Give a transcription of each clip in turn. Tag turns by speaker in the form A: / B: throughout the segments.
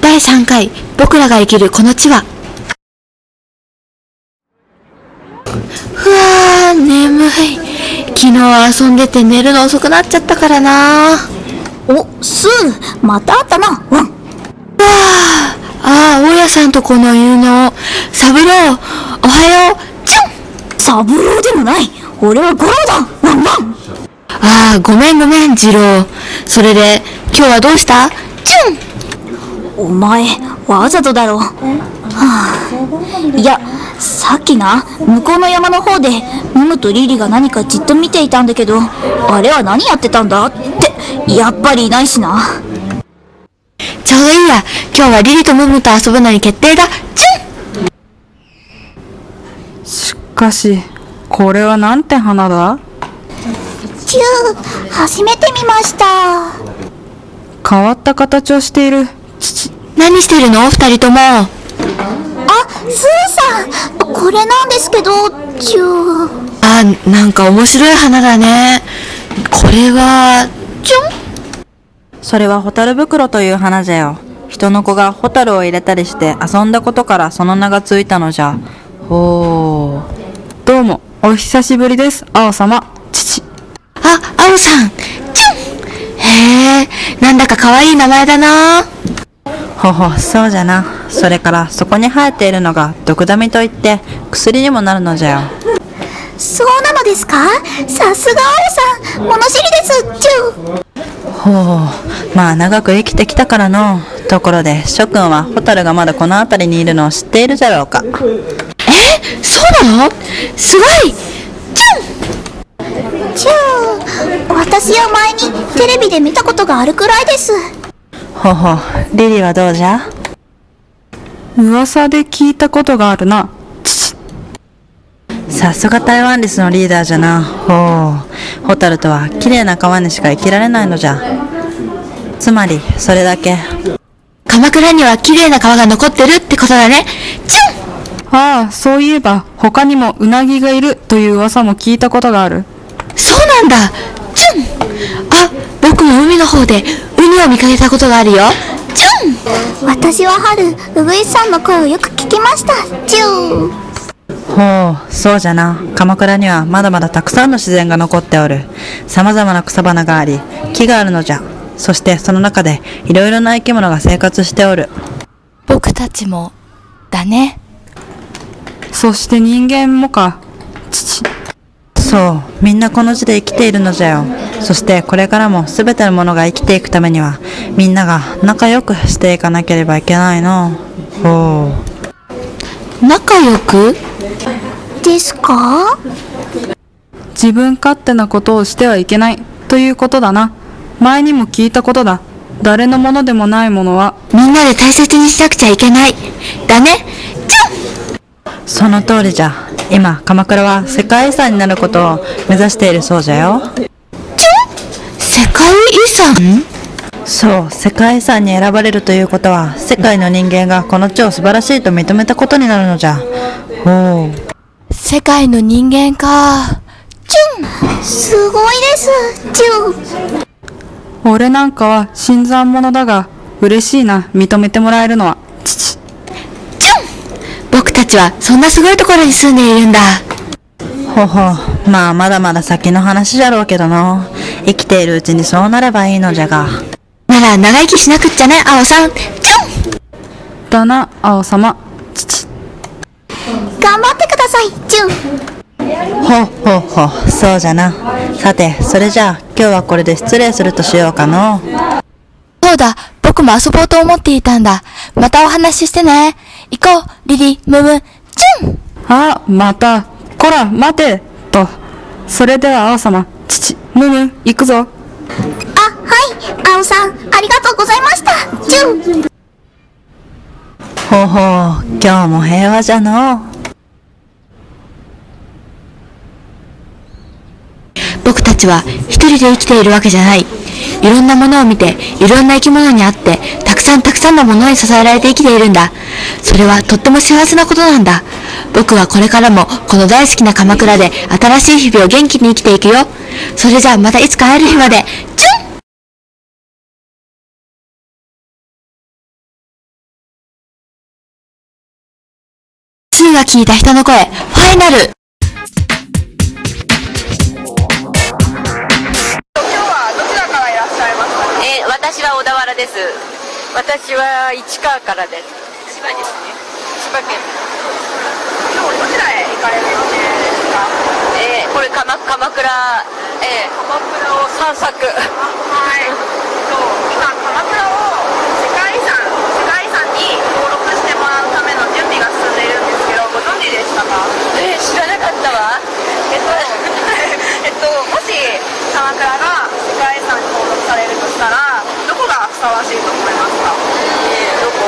A: 第3回僕らが生きるこの地はふわー眠い昨日遊んでて寝るの遅くなっちゃったからな
B: お、すー、またあったな、ワン。
A: ああ大家さんとこの言うの三郎おはようちょん
B: サブローでもない。俺は五郎だ、ワンワン。
A: ああごめんごめん次郎それで今日はどうしたちょん
B: お前、わざとだろう。はあ、いや、さっきな、向こうの山の方で、ムムとリリが何かじっと見ていたんだけど、あれは何やってたんだって、やっぱりいないしな。
A: ちょうどいいや今日はリリとムムと遊ぶのに決定だちょん
C: しかし、これはなんて花だ
B: チュー、初めて見ました。
C: 変わった形をしている。
A: 何してるの二人とも
B: あ、スーさん、これなんですけど、チュー。
A: あーなんか面白い花だねこれはちょん
D: それはホタル袋という花じゃよ。人の子がホタルを入れたりして遊んだことからその名がついたのじゃ。ほう。
C: どうも、お久しぶりです、青様。父。
A: あ、青さん。ちょんへえ、なんだか可愛い名前だな。
D: ほほ、そうじゃな。それからそこに生えているのが毒ダミといって薬にもなるのじゃよ。
B: そうなのですかさすが青さん、物知りです、チュー。
D: ほう。まあ長く生きてきたからの。ところで、諸君はホタルがまだこの辺りにいるのを知っているじゃろうか。
A: え、そうなのすごいち
B: チュー、私は前にテレビで見たことがあるくらいです。
D: ほほ、リリはどうじゃ
C: 噂で聞いたことがあるな。父。
D: さすが台湾リスのリーダーじゃな。ほう。ホタルとは綺麗な川にしか生きられないのじゃ。つまり、それだけ。
A: ょん鎌倉には綺麗な川が残ってるってことだね。ちょん
C: ああ、そういえば、他にもうなぎがいるという噂も聞いたことがある。
A: そうなんだちょんあ、僕も海の方でウニを見かけたことがあるよ。ちょん
B: 私は春、うぐいさんの声をよく聞きました、チュー。
D: ほう、そうじゃな。鎌倉にはまだまだたくさんの自然が残っておる。様々な草花があり、木があるのじゃ。そしてその中でいろいろな生き物が生活しておる。
E: 僕たちも、だね。
C: そして人間もか。父。
D: そう、みんなこの地で生きているのじゃよ。そしてこれからも全てのものが生きていくためには、みんなが仲良くしていかなければいけないの。ほう。
A: 仲良く
B: ですか
C: 自分勝手なことをしてはいけない。ということだな。前にも聞いたことだ。誰のものでもないものは、
A: みんなで大切にしなくちゃいけない。だね
D: その通りじゃ。今、鎌倉は世界遺産になることを目指しているそうじゃよ。
A: 世界遺産
D: そう、世界遺産に選ばれるということは、世界の人間がこの地を素晴らしいと認めたことになるのじゃ。ほう。
E: 世界の人間か。
B: すごいです、チュー。
C: 俺なんかは新参者だが、嬉しいな、認めてもらえるのは。父。
A: 僕たちはそんなすごいところに住んでいるんだ。
D: ほうほう。まあ、まだまだ先の話じゃろうけどの。生きているうちにそうなればいいのじゃが。
A: なら長生きしなくっちゃね、青さん。ちょん
C: だな、青様。父。
B: 頑張ってください、チュー。
D: ほうほうほう。そうじゃな。さて、それじゃあ、今日はこれで失礼するとしようかの。
E: そうだ、僕も遊ぼうと思っていたんだ。またお話ししてね。行こう、リリ、ムム、チュン
C: あ、また。こら、待てと。それでは、青様。父、ムム、行くぞ。
B: あ、はい、青さん、ありがとうございました、チュー。
D: ほうほう。今日も平和じゃの。
A: 僕たちは一人で生きているわけじゃない。いろんなものを見て、いろんな生き物に会って、たくさんたくさんのものに支えられて生きているんだ。それはとっても幸せなことなんだ。僕はこれからもこの大好きな鎌倉で新しい日々を元気に生きていくよ。それじゃあまたいつか会える日まで。チュンリーが聞いた人の声、ファイナル
F: えー私は小田原です私は市川からです千葉ですね千葉県今日どちらへ行かれる予定ですかえーこれ鎌鎌倉えー鎌倉を散 策はい今鎌倉を世界遺産世界遺産に登録してもらうための準備が進んでいるんですけどご存知でしたかえー知らなかったわえっとえっともし鎌倉が世界遺産に登録されるとしたらどこがふさわしいと思いますかえー、どこ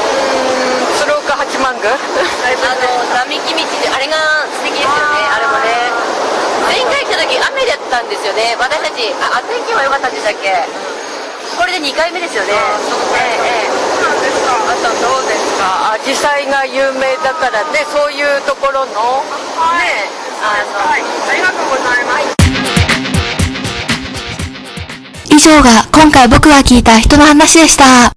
F: 鶴岡八幡宮あの並木道であれが素敵ですよねあれもね前回来た時雨だったんですよね私たちああ天気は良かったんでしたっけこれで2回目ですよねええええあとどうですか紫陽花が有名だからねそういうところのねあのありがとうございます
A: 以上が今回僕が聞いた人の話でした。